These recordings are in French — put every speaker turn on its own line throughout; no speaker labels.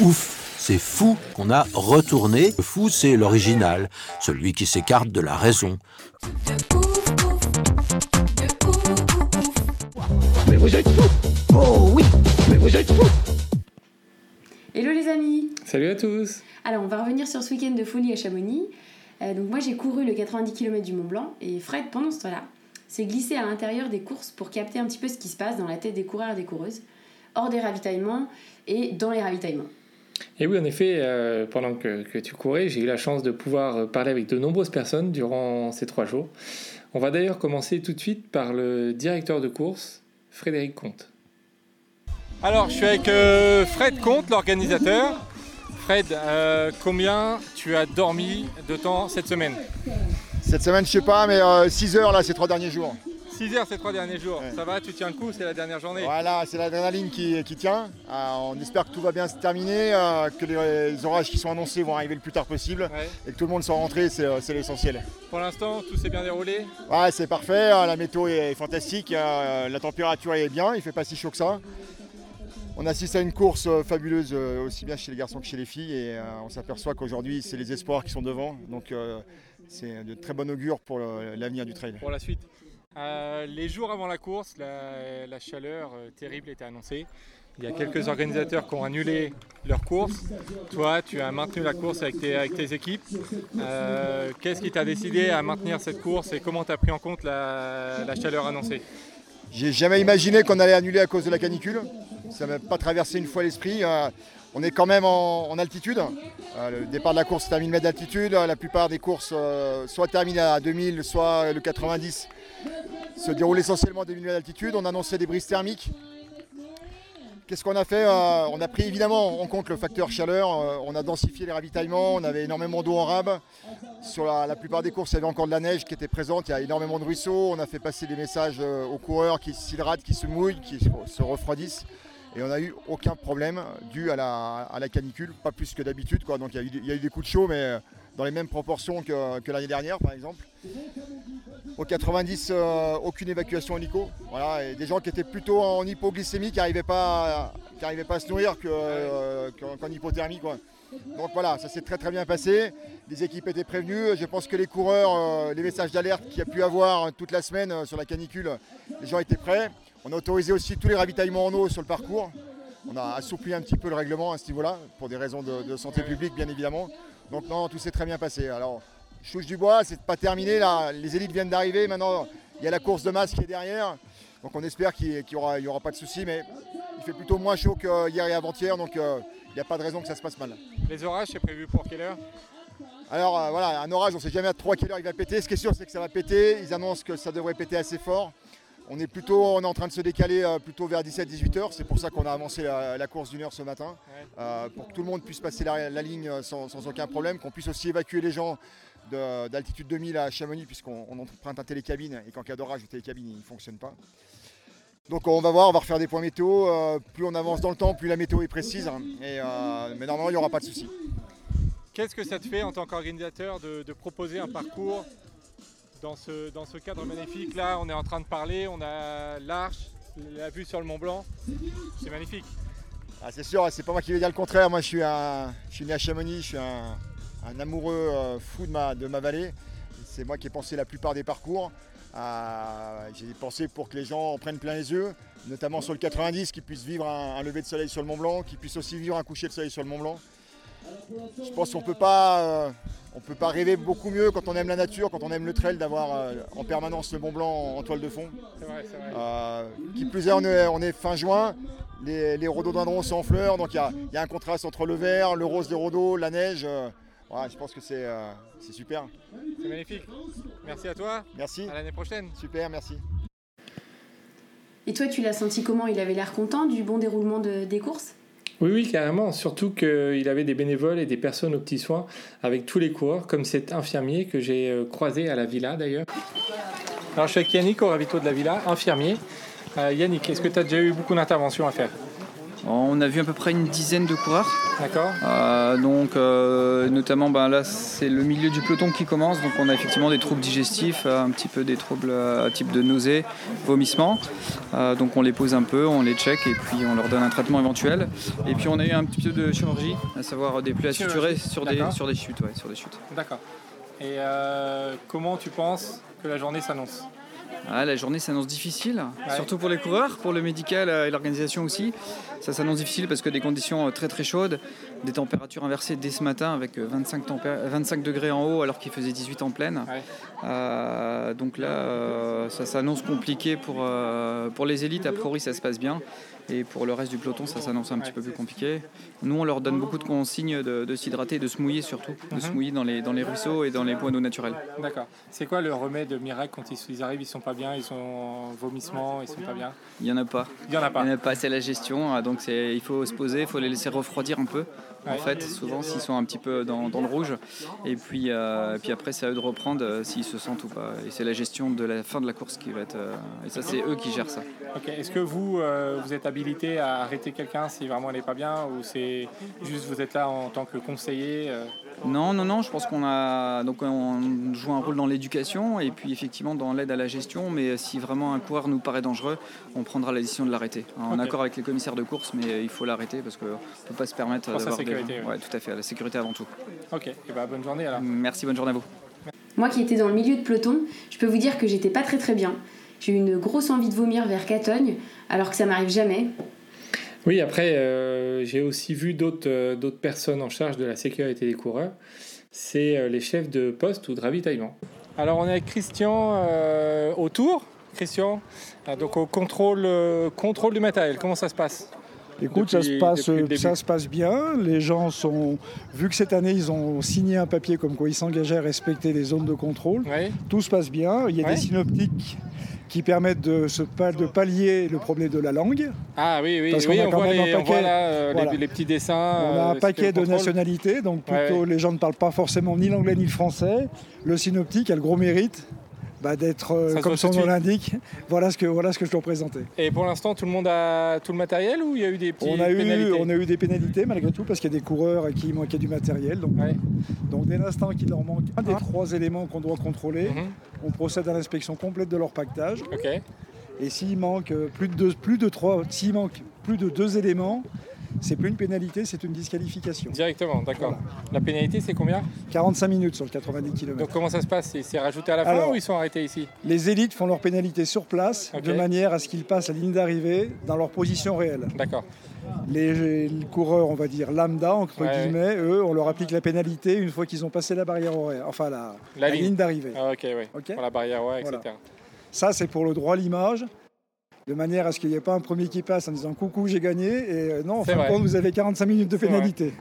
Ouf C'est fou qu'on a retourné. Le fou, c'est l'original, celui qui s'écarte de la raison.
Hello les amis
Salut à tous
Alors on va revenir sur ce week-end de folie à Chamonix. Euh, donc moi j'ai couru le 90 km du Mont Blanc et Fred pendant ce temps-là s'est glissé à l'intérieur des courses pour capter un petit peu ce qui se passe dans la tête des coureurs et des coureuses, hors des ravitaillements et dans les ravitaillements.
Et oui, en effet, euh, pendant que, que tu courais, j'ai eu la chance de pouvoir euh, parler avec de nombreuses personnes durant ces trois jours. On va d'ailleurs commencer tout de suite par le directeur de course, Frédéric Comte.
Alors, je suis avec euh, Fred Comte, l'organisateur. Fred, euh, combien tu as dormi de temps cette semaine
Cette semaine, je sais pas, mais 6 heures là, ces trois derniers jours.
6 heures ces trois derniers jours.
Ouais.
Ça va, tu tiens le coup, c'est la dernière journée.
Voilà, c'est l'adrénaline qui, qui tient. Euh, on espère que tout va bien se terminer, euh, que les, les orages qui sont annoncés vont arriver le plus tard possible
Ouais.
et que tout le monde soit rentré, c'est euh, c'est l'essentiel.
Pour l'instant, tout s'est bien déroulé.
Ouais, c'est parfait, euh, la météo est fantastique, euh, la température est bien, il fait pas si chaud que ça. On assiste à une course euh, fabuleuse euh, aussi bien chez les garçons que chez les filles et euh, on s'aperçoit qu'aujourd'hui, c'est les espoirs qui sont devant. Donc euh, c'est de très bon augure pour le- l'avenir du trail.
Pour la suite. Euh, les jours avant la course, la, la chaleur euh, terrible était annoncée. Il y a quelques organisateurs qui ont annulé leur course. Toi, tu as maintenu la course avec tes, avec tes équipes. Euh, Qu'est-ce qui t'a décidé à maintenir cette course et comment tu as pris en compte la, la chaleur annoncée
J'ai jamais imaginé qu'on allait annuler à cause de la canicule. Ça m'a pas traversé une fois l'esprit. Euh, on est quand même en, en altitude. Euh, le départ de la course, c'est à 1000 mètres d'altitude. Euh, La plupart des courses, euh, soit terminent à 2000, soit euh, le 90, se déroulent essentiellement à 2000 mètres d'altitude. On annonçait des brises thermiques. Qu'est-ce qu'on a fait Euh, On a pris évidemment en compte le facteur chaleur. Euh, on a densifié les ravitaillements. On avait énormément d'eau en rab. Sur la, la plupart des courses, il y avait encore de la neige qui était présente, il y a énormément de ruisseaux, on a fait passer des messages euh, aux coureurs qui s'hydratent, qui se mouillent, qui se- se refroidissent. Et on n'a eu aucun problème dû à la, à la canicule, pas plus que d'habitude. quoi. Donc il y, a eu- il y a eu des coups de chaud, mais euh, dans les mêmes proportions que, que l'année dernière, par exemple. Au 90, euh, aucune évacuation en hélico. Voilà, et des gens qui étaient plutôt en hypoglycémie, qui n'arrivaient pas, qui arrivaient pas à se nourrir que, euh, qu'en qu'en hypothermie. quoi. Donc voilà, ça s'est très très bien passé. Les équipes étaient prévenues. Je pense que les coureurs, euh, les messages d'alerte qu'il y a pu avoir euh, toute la semaine euh, sur la canicule, les gens étaient prêts. On a autorisé aussi tous les ravitaillements en eau sur le parcours. On a assoupli un petit peu le règlement à ce niveau-là, pour des raisons de, de santé publique bien évidemment. Donc non, tout s'est très bien passé. Alors, je touche du bois, c'est pas terminé là. Les élites viennent d'arriver. Maintenant, il y a la course de masse qui est derrière. Donc on espère qu'il n'y aura, il y aura pas de soucis, mais il fait plutôt moins chaud qu'hier et avant-hier, donc euh, il n'y a pas de raison que ça se passe mal.
Les orages, c'est prévu pour quelle heure
Alors euh, voilà, un orage, on ne sait jamais à 3 quelle heure il va péter. Ce qui est sûr, c'est que ça va péter. Ils annoncent que ça devrait péter assez fort. On est plutôt, on est en train de se décaler euh, plutôt vers 17-18 heures. C'est pour ça qu'on a avancé la, la course d'une heure ce matin,
Ouais.
Euh, pour que tout le monde puisse passer la, la ligne euh, sans, sans aucun problème, qu'on puisse aussi évacuer les gens de- d'altitude 2000 à Chamonix, puisqu'on on emprunte un télécabine et qu'en cas d'orage, le télécabine il ne fonctionne pas. Donc on va voir, on va refaire des points météo. Euh, plus on avance dans le temps, plus la météo est précise. hein. Et, euh, mais normalement, il n'y aura pas de souci.
Qu'est-ce que ça te fait en tant qu'organisateur de, de proposer un parcours dans ce, dans ce cadre magnifique Là, on est en train de parler, on a l'arche, la vue sur le Mont Blanc. C'est magnifique.
Ah, c'est sûr, c'est pas moi qui vais dire le contraire. Moi, je suis, un, je suis né à Chamonix, je suis un, un amoureux euh, fou de ma, de ma vallée. C'est moi qui ai pensé la plupart des parcours. Euh, J'ai pensé pour que les gens en prennent plein les yeux, notamment sur le 90, qu'ils puissent vivre un, un lever de soleil sur le Mont Blanc, qu'ils puissent aussi vivre un coucher de soleil sur le Mont Blanc. Je pense qu'on peut pas, euh, on peut pas rêver beaucoup mieux quand on aime la nature, quand on aime le trail, d'avoir euh, en permanence le Mont Blanc en- en toile de fond.
C'est vrai, c'est vrai.
Euh, qui plus est, on est, on est fin juin, les, les rhododendrons sont en fleurs, donc il y a- il y, a un contraste entre le vert, le rose des rhodos, la neige. euh, voilà, je pense que c'est euh, c'est super.
C'est magnifique. Merci à toi.
Merci.
À l'année prochaine.
Super, merci.
Et toi, tu l'as senti comment Il avait l'air content du bon déroulement de- des courses
Oui, oui, carrément. Surtout qu'il avait des bénévoles et des personnes aux petits soins avec tous les coureurs, comme cet infirmier que j'ai euh, croisé à la villa d'ailleurs. Alors je suis avec Yannick au ravito de la villa, infirmier. Euh, Yannick, est-ce que tu as déjà eu beaucoup d'interventions à faire
On a vu à peu près une dizaine de coureurs.
D'accord
Euh, donc, euh, notamment, ben, là, c'est le milieu du peloton qui commence. Donc, on a effectivement des troubles digestifs, euh, un petit peu des troubles euh, type de nausées, vomissements. Euh, donc, on les pose un peu, on les check et puis on leur donne un traitement éventuel. Et puis, on a eu un petit peu de chirurgie, à savoir des plaies à suturer
Chirurgie,
sur des,
d'accord.
sur des chutes. ouais, sur des chutes.
D'accord. Et euh, comment tu penses que la journée s'annonce
Ah, la journée s'annonce difficile,
Ouais.
surtout pour les coureurs, pour le médical euh, et l'organisation aussi. Ça s'annonce difficile parce que des conditions euh, très très chaudes, des températures inversées dès ce matin avec euh, 25, tempé- 25 degrés en haut alors qu'il faisait 18 en pleine.
Ouais.
Euh, donc là, euh, ça s'annonce compliqué pour, euh, pour les élites. A priori, ça se passe bien. Et pour le reste du peloton, ça s'annonce un petit peu plus compliqué. Nous, on leur donne beaucoup de consignes de, de s'hydrater et de se mouiller surtout, de se
Mhm.
mouiller dans les, dans les ruisseaux et dans les points d'eau naturelle.
D'accord. C'est quoi le remède miracle quand ils, ils arrivent, ils sont pas bien, ils sont en vomissement, ils sont pas bien
Il n'y en a pas.
Il y en a
Il
pas.
n'y en a pas assez la gestion, euh, donc c'est- il faut se poser, il faut les laisser refroidir un peu. En
Ouais.
fait, souvent s'ils sont un petit peu dans, dans le rouge, et puis, euh, et puis après c'est à eux de reprendre euh, s'ils se sentent ou pas. Et c'est la gestion de la fin de la course qui va être. euh, et ça, c'est eux qui gèrent ça.
Ok. Est-ce que vous, euh, vous êtes habilité à arrêter quelqu'un si vraiment elle n'est pas bien ou c'est juste vous êtes là en tant que conseiller euh,
Non, non, non, je pense qu'on a donc on joue un rôle dans l'éducation et puis effectivement dans l'aide à la gestion. Mais si vraiment un coureur nous paraît dangereux, on prendra la décision de l'arrêter. En
Ok.
accord avec les commissaires de course, mais euh, il faut l'arrêter parce qu'on ne peut pas se permettre
Pour sa
d'avoir des-
sécurité, oui.
Ouais, tout à fait, la sécurité avant tout.
Ok. Et bah, bonne journée alors.
Merci, bonne journée à vous.
Moi qui étais dans le milieu de peloton, je peux vous dire que j'étais pas très très bien. J'ai eu une grosse envie de vomir vers Catogne, alors que ça m'arrive jamais.
Oui, après, euh, j'ai aussi vu d'autres euh, d'autres personnes en charge de la sécurité des coureurs. C'est euh, les chefs de poste ou de ravitaillement. Alors, on est avec Christian euh, au tour. Christian, euh, donc au contrôle, euh, contrôle du matériel, comment ça se passe
Écoute, ça,
Depuis-
se
depuis le
passe, euh,
début.
ça se passe bien. Les gens sont. Vu que cette année, ils ont signé un papier comme quoi ils s'engageaient à respecter les zones de contrôle,
Oui,
tout se passe bien. Il y a
Ouais.
des synoptiques qui permettent de, se pa- de pallier le problème de la langue.
Ah oui, oui,
Parce
oui,
qu'on a
on,
quand
voit
même
les,
un
on voit
paquet.
là, euh, les-
Voilà.
les, petits dessins.
On
euh,
a un
ce
paquet
que
de
contrôle.
nationalités, donc plutôt
Ouais,
les gens ne parlent pas forcément ni l'anglais ni le français. Le synoptique a le gros mérite. bah, d'être
Ça
euh,
se voit
comme
tout
son
de
nom
suite.
l'indique. Voilà ce que voilà ce que je te représentais.
Et pour l'instant, tout le monde a tout le matériel ou il y a eu des petits
On a, eu,
pénalités
on a eu des pénalités malgré tout parce qu'il y a des coureurs qui manquaient du matériel. Donc,
Ouais. Ah.
donc dès l'instant qu'il leur manque un des trois éléments qu'on doit contrôler,
Mhm,
on procède à l'inspection complète de leur pactage.
Ok,
Et s'il manque euh, plus de deux, plus de trois, s'il manque plus de deux éléments, c'est plus une pénalité, c'est une disqualification.
directement, d'accord. La pénalité, c'est combien
45 minutes sur le 90 km.
Donc comment ça se passe C'est- C'est rajouté à la fin
Alors-
ou ils sont arrêtés ici
Les élites font leur pénalité sur place
Ok.
de manière à ce qu'ils passent la ligne d'arrivée dans leur position réelle.
D'accord.
Les, les coureurs, on va dire lambda, entre
Ouais.
guillemets, eux, on leur applique la pénalité une fois qu'ils ont passé la barrière horaire, enfin la,
La
la
ligne.
ligne, d'arrivée.
Ah, ok, oui.
Ok.
Pour la barrière, ouais, etc.
Voilà. Ça, c'est pour le droit à l'image, de manière à ce qu'il n'y ait pas un premier qui passe en disant coucou, j'ai gagné, et euh, non, en
C'est
fin de
vrai.
compte, vous avez 45 minutes de
C'est vrai.
pénalité.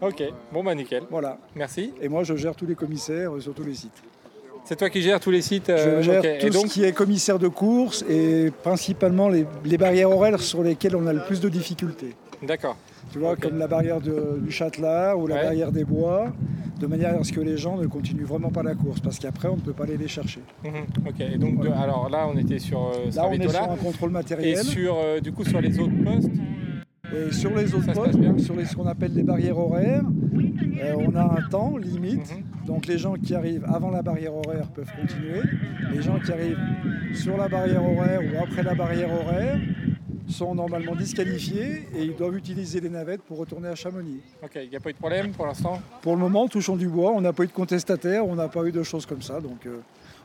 Ok, bon bah nickel.
Voilà.
Merci.
Et moi, je gère tous les commissaires euh, sur tous les sites.
C'est toi qui gères tous les sites
Je
euh,
gère
ok.
tout
Et donc,
ce qui est commissaire de course et principalement les, les barrières horaires sur lesquelles on a le plus de difficultés.
D'accord.
Tu vois,
Ok.
comme la barrière de- du Châtelard ou la
Ouais.
barrière des Bois, de manière à ce que les gens ne continuent vraiment pas la course, parce qu'après, on ne peut pas aller les chercher.
Mhm, Ok, et donc, de- alors là, on était sur euh, ce
Là, on est
ravito-là.
sur un contrôle
Et
matériel.
sur, euh, du coup, sur les autres postes,
Et sur les
Ça
autres
se passe
postes,
bien.
donc sur les, ce qu'on appelle les barrières horaires, euh, on a un temps limite.
Mhm.
Donc les gens qui arrivent avant la barrière horaire peuvent continuer. Les gens qui arrivent sur la barrière horaire ou après la barrière horaire sont normalement disqualifiés et ils doivent utiliser des navettes pour retourner à Chamonix.
ok, il n'y a pas eu de problème pour l'instant.
Pour le moment, touchons du bois, on n'a pas eu de contestataires, on n'a pas eu de choses comme ça. Donc euh,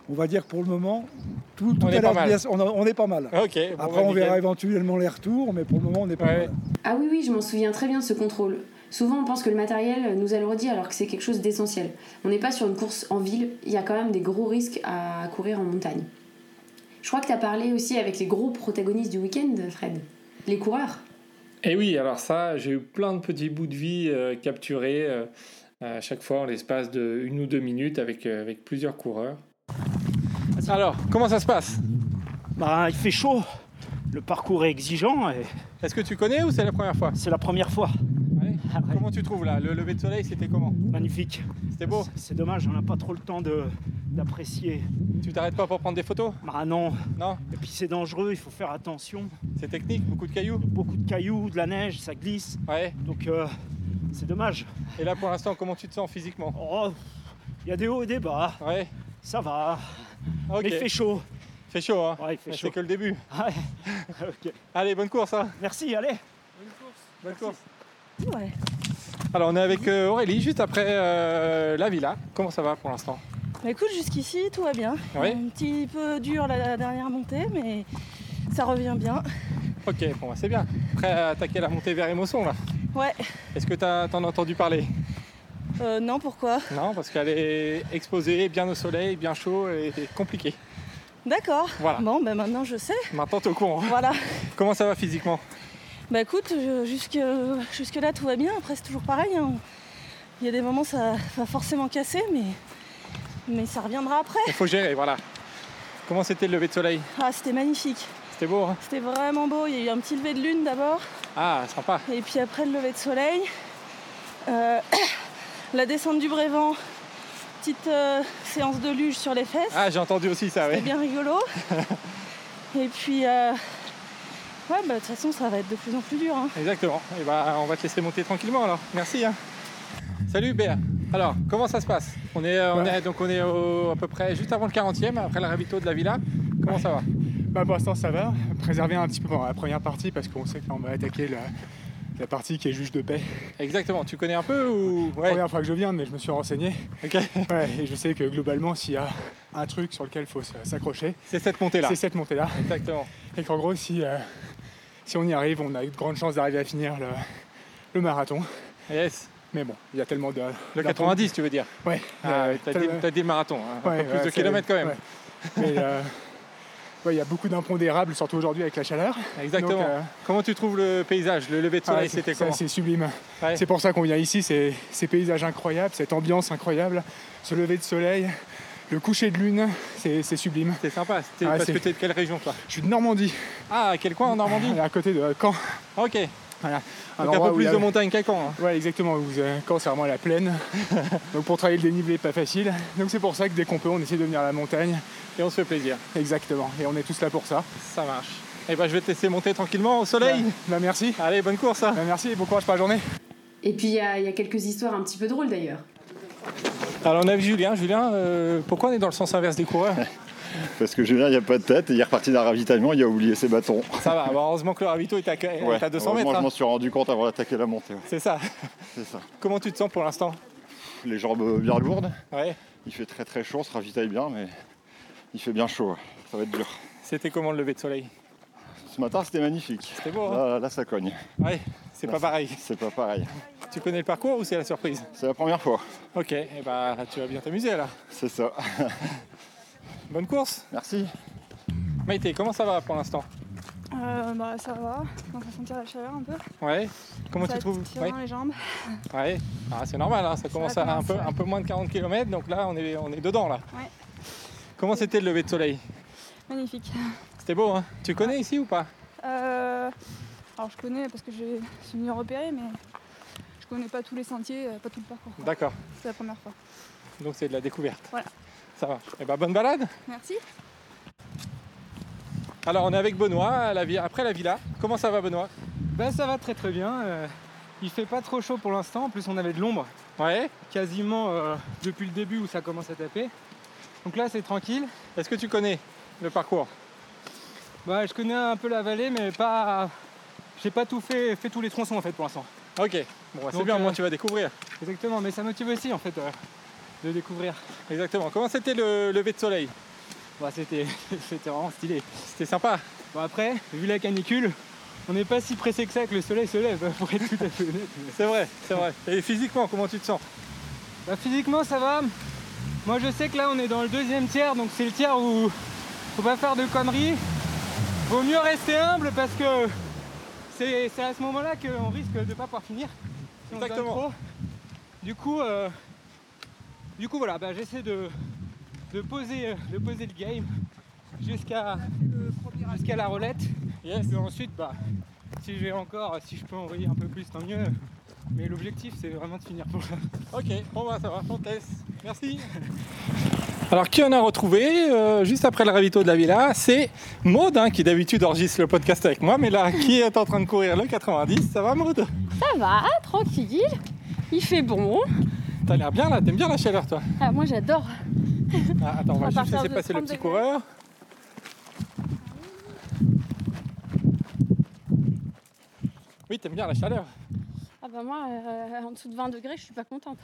on va dire que pour le moment, tout, tout
On est
a
pas
l'air
mal.
bien- on, a- on est pas mal.
Ok, bon,
Après,
bah,
on
nickel.
verra éventuellement les retours, mais pour le moment, on n'est pas
Ouais.
mal.
Ah oui, oui, je m'en souviens très bien de ce contrôle. Souvent, on pense que le matériel euh, nous alourdit alors que c'est quelque chose d'essentiel. On n'est pas sur une course en ville, il y a quand même des gros risques à courir en montagne. Je crois que tu as parlé aussi avec les gros protagonistes du week-end, Fred. Les coureurs.
Et Eh oui, alors ça, j'ai eu plein de petits bouts de vie euh, capturés euh, à chaque fois en l'espace de une ou deux minutes avec, euh, avec plusieurs coureurs. Alors, comment ça se passe
Ah,
Bah, il fait chaud.
le parcours est exigeant et
Est-ce que tu connais ou c'est la première fois
c'est la première fois.
Ouais.
Ah ouais,
Comment tu trouves là Le lever de soleil, c'était comment
magnifique.
C'était beau
C'est- C'est dommage, on n'a pas trop le temps de- d'apprécier.
Tu t'arrêtes pas pour prendre des photos
Ah non,
Non
et puis c'est dangereux, il faut faire attention.
C'est technique, beaucoup de cailloux
Beaucoup de cailloux, de la neige, ça glisse.
Ouais.
Donc euh, c'est dommage.
Et là pour l'instant, comment tu te sens physiquement
Oh, il y a des hauts et des bas,
Ouais.
ça va.
Ok.
Mais il fait chaud.
Fait chaud, hein
Ouais, il fait
Mais
chaud.
C'est que le début.
Ouais. Ok.
Allez, bonne course, hein
Merci, allez.
Bonne course.
Ouais.
Alors on est avec euh, Aurélie juste après euh, la villa. Comment ça va pour l'instant
Bah écoute, jusqu'ici, tout va bien.
Ah Oui.
Un petit peu dur la la dernière montée, mais ça revient bien.
Ok, bon bah, c'est bien. Prêt à attaquer la montée vers Émotion là
Ouais.
Est-ce que t'as- t'en as entendu parler
Euh, non, pourquoi
Non, parce qu'elle est exposée, bien au soleil, bien chaud et, et compliqué.
D'accord.
Voilà.
Bon, bah maintenant je sais.
Maintenant t'es au courant.
Voilà.
Comment ça va physiquement
Bah écoute, je- jusque, jusque-là, tout va bien. Après, c'est toujours pareil. hein. Il y a des moments, ça va forcément casser, mais, mais ça reviendra après.
Il faut gérer, voilà. Comment c'était le lever de soleil
Ah, c'était magnifique.
C'était beau, hein
C'était vraiment beau. Il y a eu un petit lever de lune d'abord,
Ah, sympa.
et puis après le lever de soleil. Euh, la descente du Brévent, petite euh, séance de luge sur les fesses.
Ah, j'ai entendu aussi ça,
C'était
oui.
bien rigolo. et puis, euh, ouais, bah, de toute façon, ça va être de plus en plus dur. hein.
Exactement. Et bah, on va te laisser monter tranquillement alors. Merci. hein. Salut Béa. Alors, comment ça se passe On est, euh, on est donc on est au- à peu près juste avant le 40e, après le ravito de la villa. Comment ça va
Bah pour l'instant ça va, préserver un petit peu pendant la première partie parce qu'on sait qu'on va attaquer la, la partie qui est juge de paix.
Exactement. Tu connais un peu ou Ouais.
Première fois que je viens mais je me suis renseigné.
Ok.
Ouais, et je sais que globalement s'il y a un truc sur lequel il faut se- s'accrocher,
C'est cette montée là.
c'est cette montée là.
Exactement.
Et qu'en gros si, euh, si on y arrive on a de grandes chances d'arriver à finir le, le marathon.
Yes.
Mais bon, il y a tellement de...
Le
d'impro-
90, tu veux dire
Ouais.
Ah,
euh,
T'as dit,
tellement-
t'as dit le marathon. hein. Un
Ouais,
peu plus
ouais,
de
c'est-
kilomètres quand même.
ouais. Mais euh, ouais, il y a beaucoup d'impondérables, surtout aujourd'hui avec la chaleur.
Ah, Exactement.
Donc, euh,
Comment tu trouves le paysage Le lever de soleil,
Ah,
c'était
ça,
comment
C'est sublime.
Ouais.
C'est pour ça qu'on vient ici, c'est- ces paysages incroyables, cette ambiance incroyable, ce lever de soleil, le coucher de lune, c'est c'est sublime.
C'est sympa. C'était-
Ah,
parce
c'est-
que t'es de quelle région toi
Je suis de Normandie,
Ah, à quel coin en Normandie
à côté de euh, Caen.
Ok.
Voilà. Un
Donc un
endroit
peu
où
plus
il y a-
de montagne qu'à Caen. hein.
ah Ouais, exactement. où vous avez- Caen, c'est vraiment la plaine. Donc pour travailler le dénivelé, pas facile. Donc c'est pour ça que dès qu'on peut, on essaie de venir à la montagne.
Et on se fait plaisir.
Exactement. Et on est tous là pour ça.
Ça marche. Et ben je vais te laisser monter tranquillement au soleil.
Bah, bah, merci.
Allez, bonne course. hein.
Bah, merci et bon courage pour la journée.
Et puis il y, a il y a quelques histoires un petit peu drôles d'ailleurs.
Alors on a vu Julien. Julien, euh, pourquoi on est dans le sens inverse des coureurs
Parce que Julien, il n'y a pas de tête, et il est reparti d'un ravitaillement, il a oublié ses bâtons.
Ça va. Bon, heureusement que le ravito est à, est
Ouais.
à 200 mètres.
Moi, je
hein.
m'en suis rendu compte avant d'attaquer la montée. ouais.
C'est ça.
C'est ça.
Comment tu te sens pour l'instant
Les jambes bien lourdes,
Ouais.
il fait très très chaud, on se ravitaille bien, mais il fait bien chaud, ouais. ça va être dur.
C'était comment le lever de soleil
Ce matin, c'était magnifique.
C'était beau. Hein
Là, là, ça cogne.
ouais. C'est pas pareil.
C'est pas pareil.
Tu connais le parcours ou c'est la surprise
C'est la première fois.
Ok. Et bah tu vas bien t'amuser alors.
C'est ça.
Bonne course.
Merci.
Maïté, comment ça va pour l'instant
Euh, bah, ça va, on va sentir la chaleur un peu.
Ouais. Comment
ça
tu trouves
tire
Ouais.
dans les jambes.
Ouais. Ah, c'est normal, hein, ça commence à un
commence,
peu,
ouais.
un peu moins de 40 km, donc là on est, on est dedans là.
Ouais.
Comment c'était le lever de soleil
Magnifique.
C'était beau, hein Tu connais ici ou pas
Euh, alors je connais parce que je suis venue repérer, mais je connais pas tous les sentiers, euh, pas tout le parcours. quoi.
D'accord,
C'est la première fois.
donc c'est de la découverte.
Voilà.
Ça va. Et bah bonne balade
Merci.
Alors on est avec Benoît à la vi- après la villa. Comment ça va Benoît
Bah ça va très très bien. euh, il fait pas trop chaud pour l'instant. En plus on avait de l'ombre
Ouais.
quasiment euh, depuis le début où ça commence à taper. Donc là c'est tranquille.
Est-ce que tu connais le parcours
Bah je connais un peu la vallée mais pas. J'ai pas tout fait, fait tous les tronçons en fait pour l'instant.
Ok. Bon bah, c'est
Donc,
bien,
euh,
moi tu vas découvrir.
Exactement, mais ça motive aussi en fait euh, de découvrir.
Exactement. Comment c'était le lever de soleil
Bah c'était c'était vraiment stylé.
C'était sympa.
Bon après, vu la canicule, on n'est pas si pressé que ça que le soleil se lève, pour être tout à fait honnête.
C'est vrai, c'est vrai. Et physiquement, comment tu te sens
Bah, physiquement ça va. Moi je sais que là on est dans le deuxième tiers, donc c'est le tiers où faut pas faire de conneries. Vaut mieux rester humble parce que c'est c'est à ce moment-là qu'on risque de pas pouvoir finir. si on se donne
Exactement.
trop. Du coup, euh, du coup voilà, bah, j'essaie de, de poser, de poser le game jusqu'à jusqu'à la roulette. Et ensuite, bah, si j'ai encore, si je peux envoyer un peu plus, tant mieux. Mais l'objectif, c'est vraiment de finir pour là.
Ok, bon bah ça va, on te laisse. Merci. Alors qui on a retrouvé euh, juste après le ravito de la villa, c'est Maud hein, qui d'habitude enregistre le podcast avec moi, mais là qui est en train de courir le 90, ça va Maud
Ça va, tranquille. Il fait bon.
T'as l'air bien là, t'aimes bien la chaleur toi
Ah, moi j'adore.
Ah, Attends, on va
À
juste
partir
laisser
de
passer le
30
petit
degrés.
coureur. Oui, t'aimes bien la chaleur.
Ah bah moi, euh, en dessous de 20 degrés, je suis pas contente.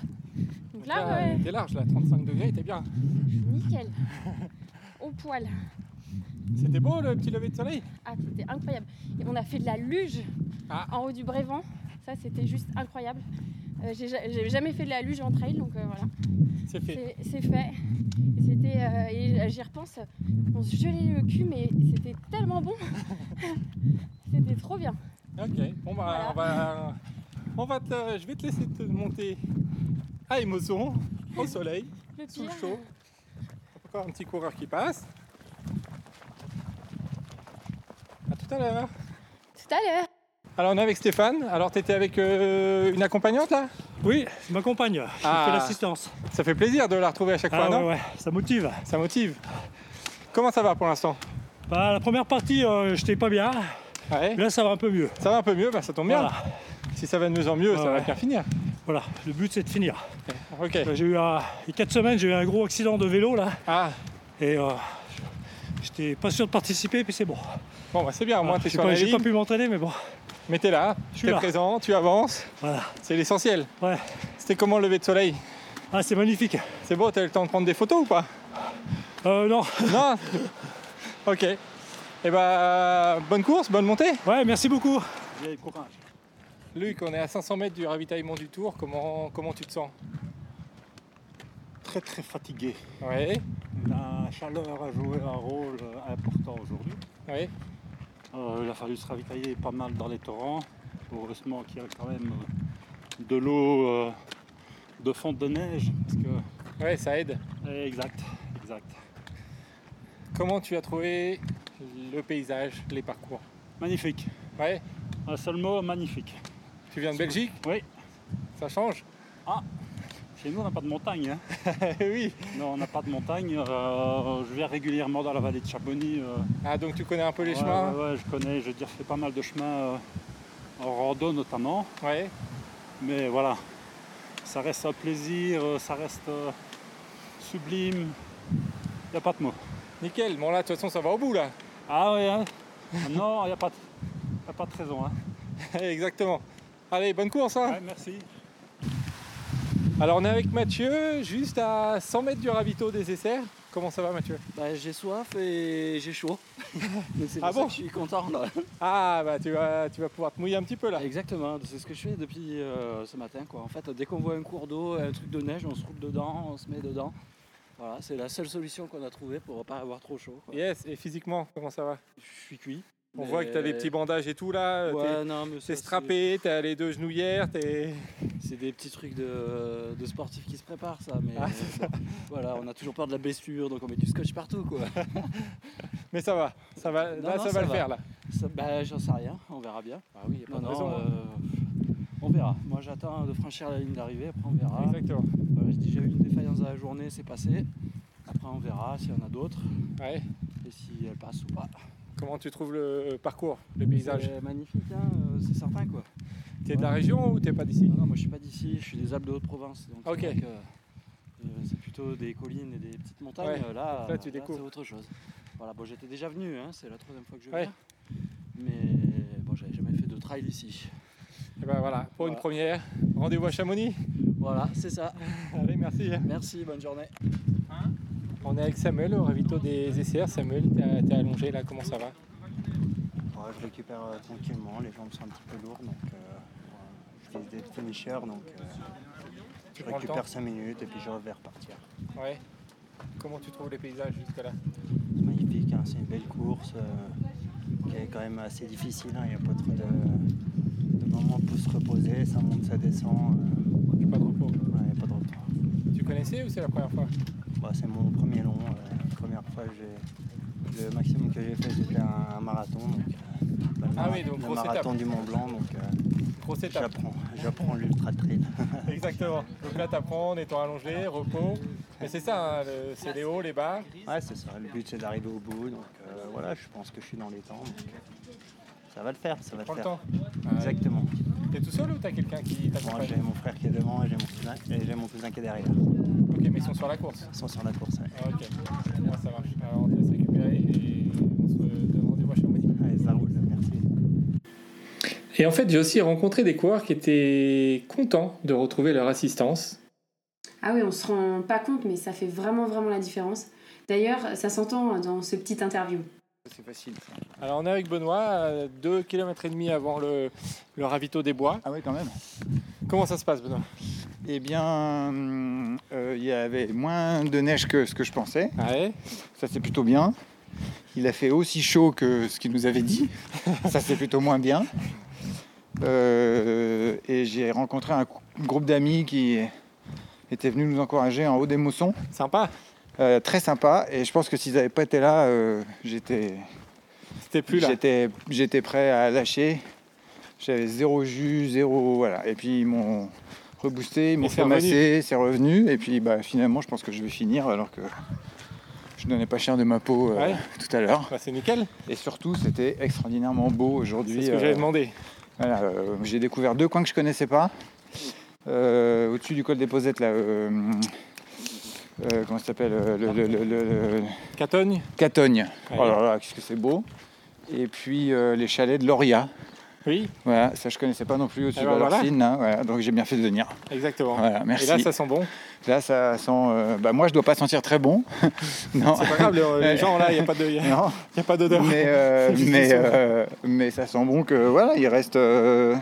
Donc
Là,
là, ouais,
T'es large là, 35 degrés, t'es bien.
nickel. Au poil.
C'était beau le petit lever de soleil
Ah, c'était incroyable. Et on a fait de la luge
Ah.
en haut du Brévent. Ça, c'était juste incroyable. Euh, j'ai ja- J'ai jamais fait de la luge en trail, donc euh, voilà.
C'est
fait. C'est fait. Et c'était, euh, et j'y repense, on se gelait le cul, mais c'était tellement bon. c'était trop bien.
Ok, bon bah on va, on va te- je vais te laisser te monter à Émotion, au soleil,
Le
sous le
pire.
chaud. Encore un petit coureur qui passe. À tout à l'heure.
Tout à l'heure.
Alors on est avec Stéphane. Alors t'étais avec euh, une accompagnante là
Oui, je m'accompagne. Je
Ah.
fais l'assistance.
Ça fait plaisir de la retrouver à chaque
Ah
fois, non
ouais, ouais, ça motive.
Ça motive. Comment ça va pour l'instant
Bah, la première partie, euh, j'étais pas bien.
Là,
ça va un peu mieux.
Ça va un peu mieux, bah, ça tombe bien. Si ça va de mieux en mieux, ça va bien finir.
Voilà, le but c'est de finir. Bah,
Ok.
J'ai eu un... Il y a 4 semaines, j'ai eu un gros accident de vélo là.
Ah.
Et euh, j'étais pas sûr de participer, puis c'est bon.
Bon, bah, c'est bien, au moins
Ah,
t'es
j'ai
sur
pas-
la
J'ai
ligne.
pas pu m'entraîner, mais bon.
Mais t'es là,
Je suis
t'es
là.
présent, tu avances.
Voilà.
C'est l'essentiel.
Ouais.
C'était comment le lever de soleil
Ah, c'est magnifique.
C'est beau, t'as eu le temps de prendre des photos ou pas
Euh, non.
Non Ok. Et eh bah, bonne course, bonne montée.
Ouais, merci beaucoup.
Luc, on est à 500 mètres du ravitaillement du tour. Comment, comment tu te sens
Très très fatigué.
Ouais.
La chaleur a joué un rôle important aujourd'hui.
Oui.
Euh,
il a fallu se ravitailler pas mal dans les torrents. Heureusement qu'il y a quand même euh, de l'eau euh, de fonte de neige. Parce que...
Ouais, ça aide.
Exact, exact.
Comment tu as trouvé le paysage, les parcours
Magnifique.
Ouais.
Un seul mot, magnifique.
Tu viens de Belgique
Oui.
Ça change
Ah Chez nous, on n'a pas de montagne. hein.
oui.
Non, on n'a pas de montagne. Euh, je viens régulièrement dans la vallée de Chamonix. euh.
Ah, donc tu connais un peu les
ouais,
chemins
ouais, ouais, je connais. J'ai déjà fait pas mal de chemins euh, en rando notamment.
Ouais.
Mais voilà, ça reste un plaisir, euh, ça reste euh, sublime. Il n'y a pas de mots.
Nickel. Bon, là, de toute façon, ça va au bout, là.
Ah ouais, hein. Non, il n'y a, pas de- y a pas de raison. hein.
Exactement. Allez, bonne course. hein.
Ouais, merci.
Alors, on est avec Mathieu, juste à 100 mètres du ravito des essais. Comment ça va, Mathieu
Bah, j'ai soif et j'ai chaud. Donc c'est pour
Ah
ça
bon
que je suis content là.
Ah bah tu vas, tu vas pouvoir te mouiller un petit peu là.
Exactement, c'est ce que je fais depuis euh, ce matin quoi. En fait, dès qu'on voit un cours d'eau, un truc de neige, on se roule dedans, on se met dedans. Voilà, c'est la seule solution qu'on a trouvée pour pas avoir trop chaud. quoi.
Yes, et physiquement, comment ça va
Je suis cuit.
On
Mais-
voit que t'as des petits bandages et tout là. euh,
Ouais,
t'es-
non, mais ça,
T'es
c'est-
strappé, t'as les deux genouillères, t'es.
C'est des petits trucs de, de sportifs qui se préparent ça, mais
Ah, c'est ça.
voilà, on a toujours peur de la blessure, donc on met du scotch partout quoi.
Mais ça va, ça va,
Non,
là
non,
ça, va le faire là.
Ça- bah, j'en sais rien, on verra bien.
oui, y a pas
Non,
de
non,
raison, hein.
euh, on verra. Moi, j'attends de franchir la ligne d'arrivée, après on verra.
Exactement.
Voilà, j'ai déjà eu une défaillance dans la journée, c'est passé. Après, on verra s'il y en a d'autres. Et si elle passe ou pas.
Comment tu trouves le euh, parcours, le paysage
C'est magnifique, hein, euh, c'est certain quoi.
T'es de la région ou t'es pas d'ici
Non, non, moi je suis pas d'ici, je suis des Alpes de Haute-Provence. Donc
Ok.
c'est vrai que, euh, c'est plutôt des collines et des petites montagnes.
Ouais,
euh, Là,
donc là, tu découvres.
c'est autre chose. Voilà, bon, j'étais déjà venu, hein, c'est la troisième fois que je viens.
Ouais.
Mais bon, j'avais jamais fait de trail ici.
Et ben voilà, pour une
Voilà.
première, rendez-vous à Chamonix.
Voilà, c'est ça.
Allez, merci. Hein
Merci, bonne journée.
On est avec Samuel au ravito des essais. Samuel, t'es t'es allongé là, comment ça va
Ouais, je récupère euh, tranquillement, les jambes sont un petit peu lourdes, donc euh, ouais, je vise des finishers, donc euh, je
prends le temps.
récupère 5 minutes et puis je vais repartir.
Ouais. Comment tu trouves les paysages jusque-là
C'est magnifique, hein, c'est une belle course euh, qui est quand même assez difficile, hein, il n'y a pas trop de, de moments pour se reposer, ça monte, ça descend.
Il n'y a pas de repos.
Il n'y a pas de repos.
Tu connaissais ou c'est la première fois
Bah, c'est mon premier long. euh, la première fois, que j'ai- le maximum que j'ai fait, c'était un, un marathon. Donc, euh, pas le,
Ah oui, donc
le
grosse
marathon
étape.
du Mont Blanc, donc euh,
Grosse étape.
j'apprends, j'apprends l'ultra trail.
Exactement. Donc là, t'apprends, on est temps allongé, repos. Mais c'est ça, hein, le- c'est les hauts, les bas.
Ouais, c'est ça. Le but, c'est d'arriver au bout. Donc euh, voilà, je pense que je suis dans les temps. donc, euh, ça va le faire, ça va
Prends
le
le
faire.
temps. Ah,
Exactement.
T'es tout seul ou t'as quelqu'un qui
Moi,
t'accompagne
j'ai mon frère qui est devant et j'ai mon cousin, et j'ai mon cousin qui est derrière.
Ok, mais ils sont sur la course.
Ils sont sur la course. ouais.
Ah, Ok, Ah, ça marche. Alors, on te laisse récupérer et on se donne rendez-vous à Chamonix.
ça roule, merci.
Et en fait, j'ai aussi rencontré des coureurs qui étaient contents de retrouver leur assistance.
Ah oui, on se rend pas compte, mais ça fait vraiment, vraiment la différence. D'ailleurs, ça s'entend dans ce petit interview.
C'est facile. Alors on est avec Benoît, 2 km et demi avant le, le ravito des bois.
Ah oui quand même.
Comment ça se passe Benoît
Eh bien, hum, euh, il y avait moins de neige que ce que je pensais. Ça, c'est plutôt bien. Il a fait aussi chaud que ce qu'il nous avait dit. Ça, c'est plutôt moins bien. Euh, et j'ai rencontré un cou- groupe d'amis qui étaient venus nous encourager en haut des moussons.
Sympa.
très sympa. Et je pense que s'ils n'avaient pas été là, euh, j'étais.
plus là.
J'étais, j'étais prêt à lâcher. J'avais zéro jus, zéro. Voilà. Et puis ils m'ont reboosté, ils m'ont
Et c'est
fait
revenu.
masser, c'est revenu. Et puis bah, finalement, je pense que je vais finir alors que je donnais pas cher de ma peau euh,
Ouais. Bah,
tout à l'heure.
c'est nickel.
Et surtout, c'était extraordinairement beau aujourd'hui. euh,
C'est ce que j'avais demandé.
Voilà, euh, j'ai découvert deux coins que je connaissais pas. Euh, au-dessus du col des Posettes, là. euh, euh, comment ça s'appelle euh, le, le- le- le- le-
Catogne
Catogne.
Ouais.
Oh là là, qu'est-ce que c'est beau. Et puis euh, les chalets de Loria.
Oui.
Voilà, ça je connaissais pas non plus au-dessus
Eh
de
ben
la
voilà.
Lorcine, hein, voilà, donc j'ai bien fait de venir.
Exactement.
Voilà, merci.
Et là ça sent bon.
Là, ça sent. euh, bah, moi, je dois pas sentir très bon. non.
C'est pas grave, le- les gens là, il n'y a pas de- y a-
Non.
y a pas d'odeur.
Mais, euh,
Juste
mais,
le son.
euh, mais ça sent bon que voilà, il reste euh,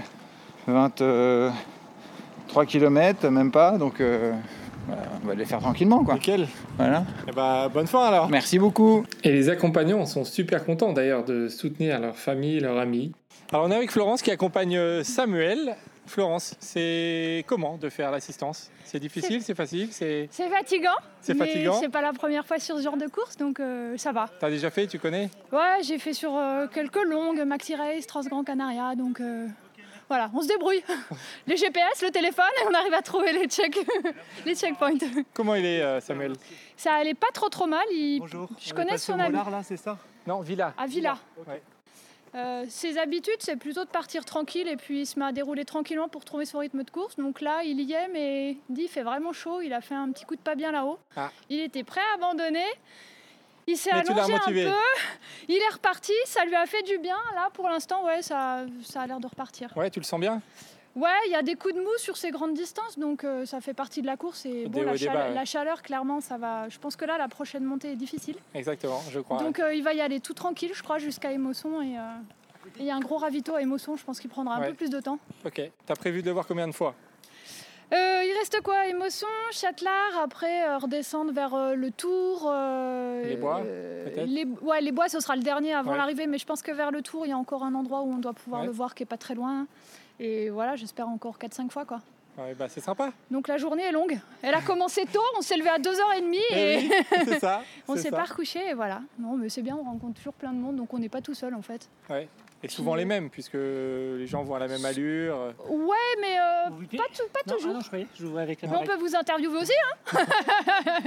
23 km, même pas. Donc, euh, voilà, on va les faire tranquillement, quoi.
Nickel.
Voilà.
Et bah, bonne fin alors.
Merci beaucoup.
Et les accompagnants sont super contents d'ailleurs de soutenir leur famille, leurs amis.
Alors on est avec Florence qui accompagne euh, Samuel. Florence, c'est comment de faire l'assistance C'est difficile, c'est facile, c'est...
C'est fatigant.
C'est
mais
fatigant.
C'est pas la première fois sur ce genre de course, donc euh, ça va.
T'as déjà fait, tu connais
Ouais, j'ai fait sur euh, quelques longues, Maxi Race, Trans-Grand Canaria, donc euh, voilà, on se débrouille. les GPS, le téléphone, et on arrive à trouver les, check... les checkpoints.
Comment il est euh, Samuel
Ça allait pas trop trop mal. il- Je connais son habit.
là, c'est ça Non, Villa.
À Ah, Villa.
Ouais.
Euh, ses habitudes, c'est plutôt de partir tranquille et puis il se met à dérouler tranquillement pour trouver son rythme de course. Donc là, il y est, mais il dit il fait vraiment chaud. Il a fait un petit coup de pas bien là-haut.
Ah.
Il était prêt à abandonner. Il s'est
Mais tu l'as
allongé un
remotivé.
peu. Il est reparti. Ça lui a fait du bien. Là, pour l'instant, ouais, ça, ça a l'air de repartir.
Ouais, tu le sens bien
Ouais, il y a des coups de mou sur ces grandes distances, donc euh, ça fait partie de la course. Et bon,
hauts
la,
et des
chale-
bas, ouais.
la chaleur, clairement, ça va. Je pense que là, la prochaine montée est difficile.
Exactement, je crois.
Donc euh, il va y aller tout tranquille, je crois, jusqu'à Émosson. Et euh, et il y a un gros ravito à Émosson, je pense qu'il prendra un
Ouais.
peu plus de temps.
Ok, t'as prévu de le voir combien de fois
Euh, il reste quoi Émosson, Châtelard, après euh, redescendre vers euh, le Tour. euh,
Les bois,
euh,
peut-être
les, ouais, les bois, ce sera le dernier avant
Ouais.
l'arrivée, mais je pense que vers le Tour, il y a encore un endroit où on doit pouvoir
Ouais.
le voir qui est pas très loin. Et voilà, j'espère encore 4-5 fois quoi.
Ouais, bah, c'est sympa.
Donc la journée est longue. Elle a commencé tôt, on s'est levé à 2h30
Eh
et
oui, c'est ça,
on
c'est
s'est
ça.
pas recouché et voilà. Non mais c'est bien, on rencontre toujours plein de monde donc on n'est pas tout seul en fait.
Ouais. Et souvent les mêmes, puisque les gens vont à la même allure.
Ouais mais euh, pas, tout- pas toujours.
la
Mais on peut vous interviewer aussi hein Ouais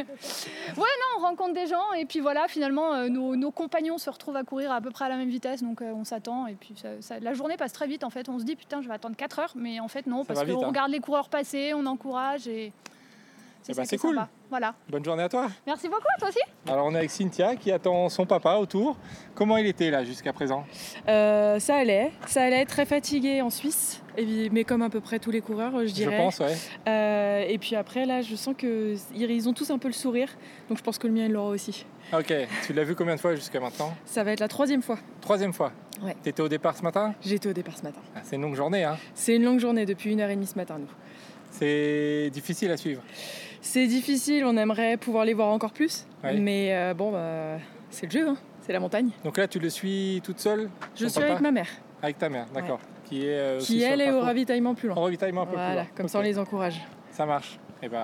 non, on rencontre des gens et puis voilà finalement euh, nos, nos compagnons se retrouvent à courir à peu près à la même vitesse donc euh, on s'attend et puis ça- ça- la journée passe très vite en fait. On se dit putain je vais attendre 4 heures mais en fait non
Ça
parce
va
qu'on
vite, hein.
regarde les coureurs passer, on encourage et
Eh
ça
ben,
qui
c'est
est
cool.
sympa. Voilà.
Bonne journée à toi.
Merci beaucoup à toi aussi.
Alors on est avec Cynthia qui attend son papa autour. Comment il était là jusqu'à présent
Euh, ça allait, ça allait très fatigué en Suisse, et puis- mais comme à peu près tous les coureurs, euh, je dirais.
pense, ouais.
Euh, et puis après, là, je sens que ils ils ont tous un peu le sourire, donc je pense que le mien, il l'aura aussi.
Ah, Ok, tu l'as vu combien de fois jusqu'à maintenant
Ça va être la troisième fois.
Troisième fois.
Ouais.
T'étais au départ ce matin
J'étais au départ ce matin.
Ah, C'est une longue journée, hein
C'est une longue journée depuis une heure et demie ce matin, nous.
C'est difficile à suivre.
C'est difficile, on aimerait pouvoir les voir encore plus,
Ouais.
mais euh, bon, bah, c'est le jeu, hein, c'est la montagne.
Donc là, tu le suis toute seule
Je
ton
suis
papa
avec ma mère,
Avec ta mère, d'accord. Qui est euh, aussi
qui
sur
elle
le
est au
parcours.
ravitaillement plus loin.
Au ravitaillement un peu plus
Voilà,
loin.
comme ça on
Ok.
les encourage.
Ça marche. Et ben,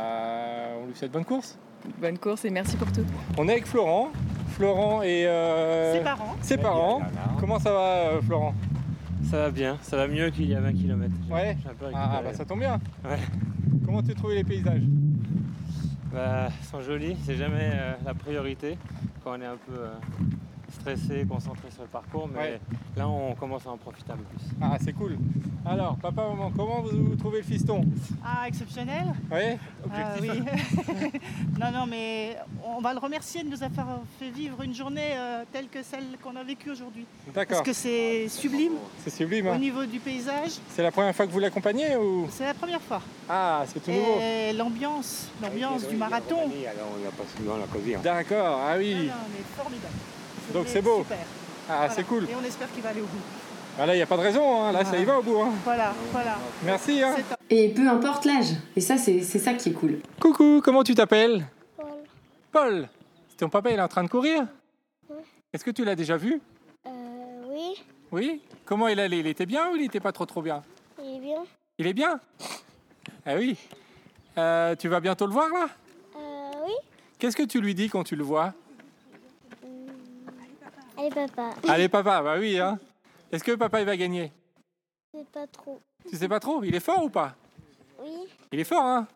on lui souhaite bonne course.
Bonne course et merci pour tout.
On est avec Florent. Florent et euh,
Ses parents.
ses parents. Comment ça va, euh, Florent
Ça va bien, ça va mieux qu'il y a 20 km.
Ouais. Ah, ah, bah ça tombe bien. Comment tu trouves les paysages
Bah, ils sont jolis, c'est jamais euh, la priorité quand on est un peu euh, stressé, concentré sur le parcours, mais
Ouais.
là on commence à en profiter un peu plus.
Ah, c'est cool. Alors, papa, maman, comment vous, vous trouvez le fiston
Ah,
exceptionnel.
Oui,
Ah
objectif.
oui. non, non, mais on va le remercier de nous avoir fait vivre une journée euh, telle que celle qu'on a vécue aujourd'hui.
D'accord.
Parce que c'est sublime
C'est sublime.
au
hein.
niveau du paysage.
C'est la première fois que vous l'accompagnez ou
C'est la première fois.
Ah, c'est tout nouveau.
Et l'ambiance, l'ambiance du marathon.
Alors Ah on
Ah,
l'a pas souvent la cosir.
D'accord, ah oui.
Non, mais formidable.
Donc
C'était
c'est beau.
super.
Ah,
Voilà.
c'est cool.
Et on espère qu'il va aller au bout.
Ah, là, il n'y a pas de raison. hein. Là, ça y va au bout. hein.
Voilà, voilà.
Merci. hein.
Et peu importe l'âge. Et ça, c'est c'est ça qui est cool.
Coucou, comment tu t'appelles Paul. C'est ton papa, il est en train de courir Est-ce que tu l'as déjà vu
Oui,
Oui Comment il allait Il était bien ou il était pas trop trop bien
il est bien.
Il est bien Ah oui. Euh, tu vas bientôt le voir là
Euh, oui.
Qu'est-ce que tu lui dis quand tu le vois
Allez, papa.
Allez papa, bah oui hein. Est-ce que papa il va gagner
C'est pas trop.
Tu sais pas trop, il est fort ou pas
Oui.
Il est fort hein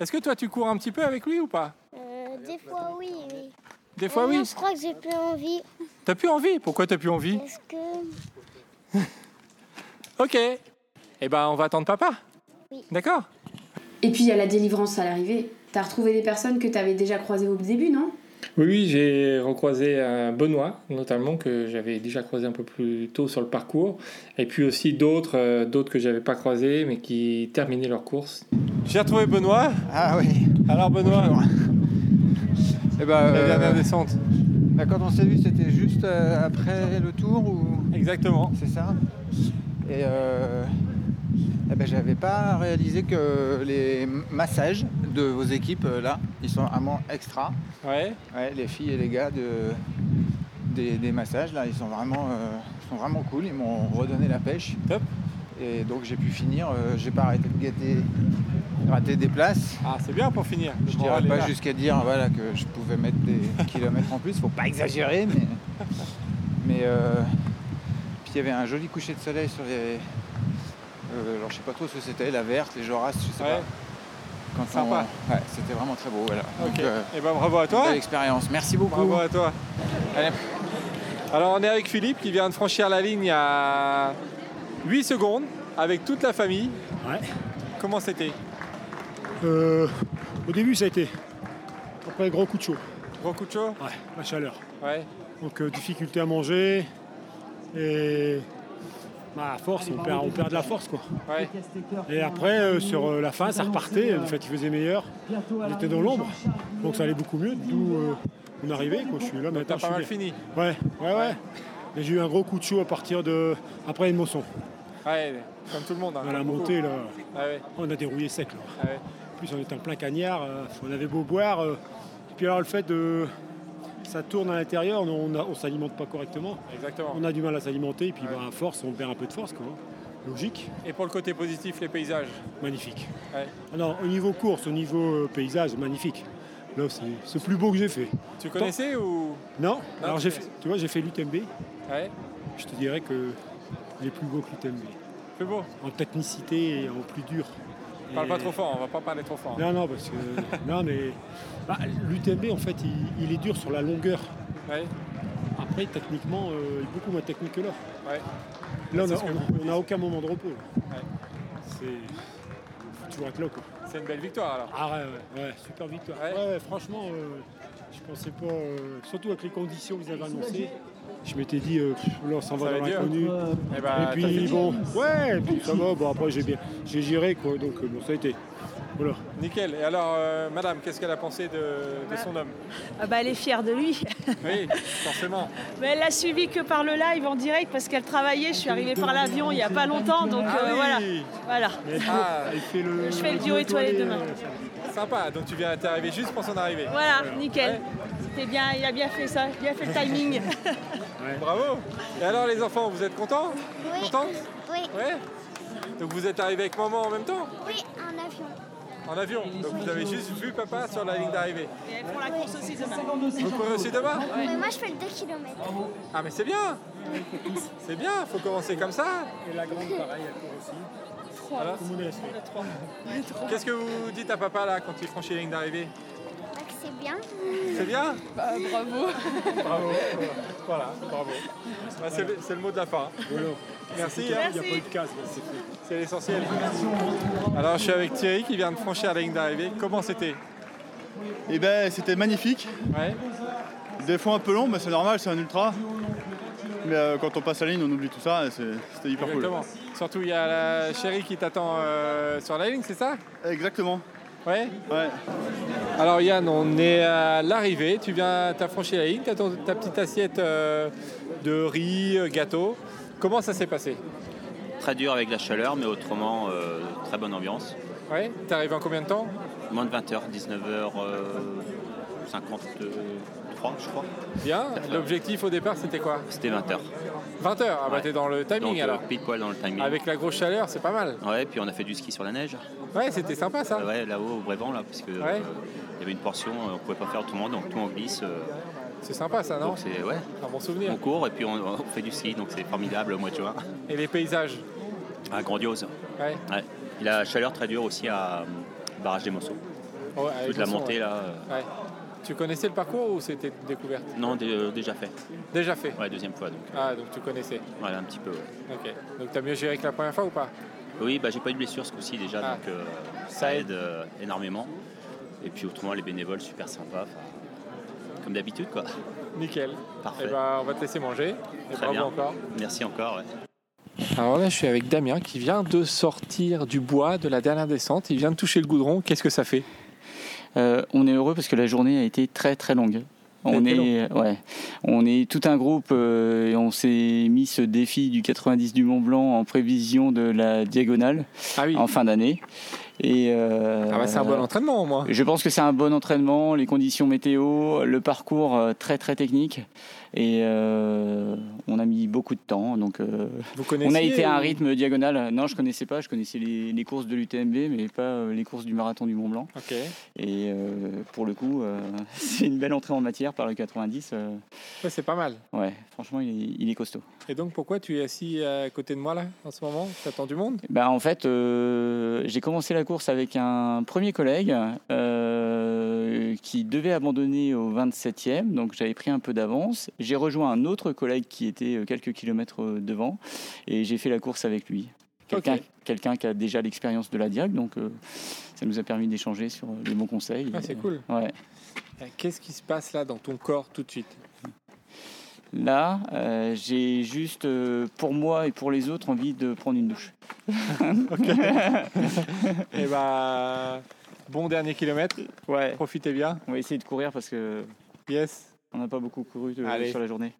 Est-ce que toi tu cours un petit peu avec lui ou pas
Euh, des fois, oui, oui.
Des fois
Euh, non,
oui.
Je crois que j'ai plus envie.
T'as plus envie Pourquoi t'as plus envie
Parce que.
Ok. Eh ben on va attendre papa. D'accord
Et puis, il y a la délivrance à l'arrivée. T'as retrouvé des personnes que t'avais déjà croisées au début, non
Oui, oui, j'ai recroisé un Benoît, notamment, que j'avais déjà croisé un peu plus tôt sur le parcours, et puis aussi d'autres euh, d'autres que j'avais pas croisés, mais qui terminaient leur course.
J'ai retrouvé Benoît.
Ah oui.
Alors Benoît.
Eh ben,
La dernière
descente. Bah, quand on s'est vu, c'était juste euh, après le tour ou
Exactement.
C'est ça. Et euh, eh ben, j'avais pas réalisé que les massages de vos équipes euh, là, ils sont vraiment extra.
Ouais.
les filles et les gars de, des, des massages là, ils sont vraiment, euh, ils sont vraiment cool. Ils m'ont redonné la pêche.
Top.
Et donc j'ai pu finir. euh, j'ai pas arrêté de guetter, rater des places.
Ah c'est bien pour finir. Le
Je
moral
dirais
est
pas
là.
jusqu'à dire voilà, que je pouvais mettre des kilomètres en plus, faut pas exagérer, mais. Mais. euh, Puis il y avait un joli coucher de soleil sur les. euh, alors je sais pas trop ce que c'était, la verte, les Joras, je sais pas. Quand
Sympa.
on- Ouais, c'était vraiment très beau, voilà.
Ok.
Donc, euh,
Eh ben bravo à toi.
belle expérience, merci beaucoup.
Bravo à toi.
Allez.
Alors on est avec Philippe qui vient de franchir la ligne à 8 secondes avec toute la famille.
Ouais.
Comment c'était
Euh, au début, ça a été. Après, gros coup de chaud.
Gros coup de chaud
Ouais, la chaleur.
Ouais.
Donc, euh, difficulté à manger. Et. Bah, à force, on perd, on perd de la force, quoi. Et après, euh, sur euh, la fin, ça repartait. En fait, il faisait meilleur. On était dans l'ombre. Donc, ça allait beaucoup mieux. D'où euh, on arrivait, quoi. Je suis là maintenant.
T'as pas mal
je suis
fini.
bien. Ouais, ouais, ouais. Et j'ai eu un gros coup de chaud à partir de. Après, une moisson.
Ouais, comme tout le monde. hein.
À la
Beaucoup.
montée, là.
Ah ouais.
On a dérouillé sec, là.
Ah ouais.
En plus, on était en plein cagnard, euh, on avait beau boire. euh, et puis alors, le fait de. Ça tourne à l'intérieur, on ne s'alimente pas correctement.
Exactement.
On a du mal à s'alimenter, et puis bah, à force, on perd un peu de force. Quoi. Logique.
Et pour le côté positif, les paysages.
Magnifique.
Ouais.
Alors, au niveau course, au niveau euh, paysage, magnifique. Là, c'est c'est le plus beau que j'ai fait.
Tu connaissais ou
Non.
Non,
Alors,
tu
j'ai
connaissais.
fait- tu vois, j'ai fait l'UTMB.
Ouais.
Je te dirais que il est plus beau que l'UTMB.
Plus beau.
En technicité et en plus dur.
Parle pas
Et-
trop fort, on va pas parler trop fort. hein.
Non, non, parce que. non, mais. bah, L'UTMB, en fait, il, il est dur sur la longueur.
Ouais.
Après, techniquement, euh, il est beaucoup moins technique que l'or.
Ouais.
Là, on
C'est
a-
ce que
on- on n'a aucun moment de repos. là.
Ouais.
C'est. faut toujours être là, quoi.
C'est une belle victoire alors.
Ah ouais, ouais, ouais, super victoire. Ouais, ouais, franchement, euh, je pensais pas. euh, surtout avec les conditions qu'ils avaient annoncées. Je m'étais dit, euh, pff, là, on s'en va
Ça
dans
va être
l'inconnu.
dur. Eh ben,
et
t'as
puis,
fait
bon,
bien.
ouais, et puis ça va. Bon, après, j'ai bien, j'ai géré, quoi. Donc, euh, bon, ça a été. Voilà.
Nickel. Et alors, euh, madame, qu'est-ce qu'elle a pensé de, de son homme
Ah bah, elle est fière de lui.
Oui, forcément.
Mais elle l'a suivi que par le live en direct parce qu'elle travaillait. Je suis arrivée par l'avion il n'y a pas longtemps. Donc
Ah
euh,
oui.
voilà. voilà.
Ah,
Je fais le duo étoilé demain.
Sympa, donc tu viens t'es arrivé juste pour son arrivée.
Voilà, nickel. C'était bien, il a bien fait ça, bien fait le timing.
Bravo. Et alors les enfants, vous êtes contents Contents Oui. Donc vous êtes arrivés avec maman en même temps
Oui, un avion.
En avion. Donc vous avez juste vu papa sur la ligne d'arrivée.
Et elles font la course aussi demain.
Vous courez aussi demain
Mais moi, je fais le 2 km.
Ah mais c'est bien C'est bien, faut commencer comme ça.
Et la grande, pareil, elle court aussi.
Voilà.
Tout le monde est la suite.
Qu'est-ce que vous dites à papa là quand il franchit la ligne d'arrivée
Bah, que C'est bien.
C'est bien
Bah, bravo.
Bravo. Voilà, bravo. Bah, c'est le- c'est le mot de la fin. Merci.
Il y a- il y a
hein.
pas eu de casse.
C'est l'essentiel. Alors je suis avec Thierry qui vient de franchir la ligne d'arrivée. Comment c'était
Et ben c'était magnifique. Des fois un peu long, mais c'est normal, c'est un ultra. Mais euh, quand on passe la ligne, on oublie tout ça, et c'est- c'était hyper
Exactement.
cool.
Surtout il y a la chérie qui t'attend euh, sur la ligne, c'est ça
Exactement.
Ouais
Ouais.
Alors Yann, on est à l'arrivée, tu viens, t'as franchi la ligne, t'as ton- ta petite assiette euh, de riz, euh, gâteau. Comment ça s'est passé
Très dur avec la chaleur, mais autrement, euh, très bonne ambiance.
Ouais, t'es arrivé en combien de temps
Moins de 20h, 19h53, euh, je crois.
Bien, l'objectif au départ c'était quoi
C'était 20h.
20h, ah bah
Ouais.
t'es dans le timing
Donc, euh,
alors.
Pile poil dans le timing.
Avec la grosse chaleur, c'est pas mal.
Ouais, puis on a fait du ski sur la neige.
Ouais, c'était sympa ça.
Ouais, là-haut, au Brévent, là, parce que euh, il
Ouais.
y avait une portion, euh, on pouvait pas faire tout le monde, donc tout en glisse. euh,
C'est sympa ça, non
donc c'est ouais.
Un bon souvenir.
On court et puis on, on fait du ski, donc c'est formidable au mois de juin.
Et les paysages
Ah, grandiose.
Ouais.
Ouais. La chaleur très dure aussi à euh, Barrage des Monceaux.
Ouais, avec
Toute la
le son,
montée
Ah, ouais.
là. euh,
Ouais. Tu connaissais le parcours ou c'était une découverte
Non, dé- euh, déjà fait.
Déjà fait
Ouais, deuxième fois donc. euh.
Ah, donc tu connaissais.
Voilà, un petit peu. ouais.
Ok. Donc t'as mieux géré que la première fois ou pas
Oui, bah, j'ai pas eu de blessure ce coup-ci déjà,
Ah.
donc euh, ça aide euh, énormément. Et puis autrement, les bénévoles, super sympas. enfin, Comme d'habitude, quoi.
Nickel.
Parfait.
Eh ben, on va te laisser manger. Et
Très
bravo
bien.
encore.
Merci encore. ouais.
Alors là, je suis avec Damien qui vient de sortir du bois de la dernière descente. Il vient de toucher le goudron. Qu'est-ce que ça fait
Euh, on est heureux parce que la journée a été très très longue. On
Elle a été
est, ouais, on est tout un groupe euh, et on s'est mis ce défi du 90 du Mont Blanc en prévision de la diagonale en fin d'année. Et euh,
Ah bah, c'est un bon entraînement, au moins.
Je pense que c'est un bon entraînement, les conditions météo, le parcours euh, très très technique. Et euh, on a mis beaucoup de temps. Donc, euh, on a
connaissiez
été à un
ou-
rythme diagonal. Non, je connaissais pas. Je connaissais les, les courses de l'UTMB, mais pas euh, les courses du marathon du Mont Blanc.
Ok.
Et euh, pour le coup, euh, c'est une belle entrée en matière par le 90. euh,
Ouais, C'est pas mal.
ouais, franchement, il est, il est costaud.
Et donc, pourquoi tu es assis à côté de moi là en ce moment T'attends du monde
Bah, en fait, euh, j'ai commencé la course avec un premier collègue euh, qui devait abandonner au 27e, donc j'avais pris un peu d'avance. J'ai rejoint un autre collègue qui était euh, quelques kilomètres euh, devant et j'ai fait la course avec lui. Quelqu'un
Ok.
quelqu'un qui a déjà l'expérience de la Diag, donc euh, ça nous a permis d'échanger sur euh, les bons conseils.
Ah, c'est
Et,
cool.
Ouais.
Euh, Qu'est-ce qui se passe là dans ton corps tout de suite
Là, euh, j'ai juste, euh, pour moi et pour les autres, envie de prendre une douche. Eh
Et
ben,
bah, bon dernier kilomètre.
Ouais.
Profitez bien.
On va essayer de courir parce que.
Yes.
On n'a pas beaucoup couru euh,
Allez.
sur la journée.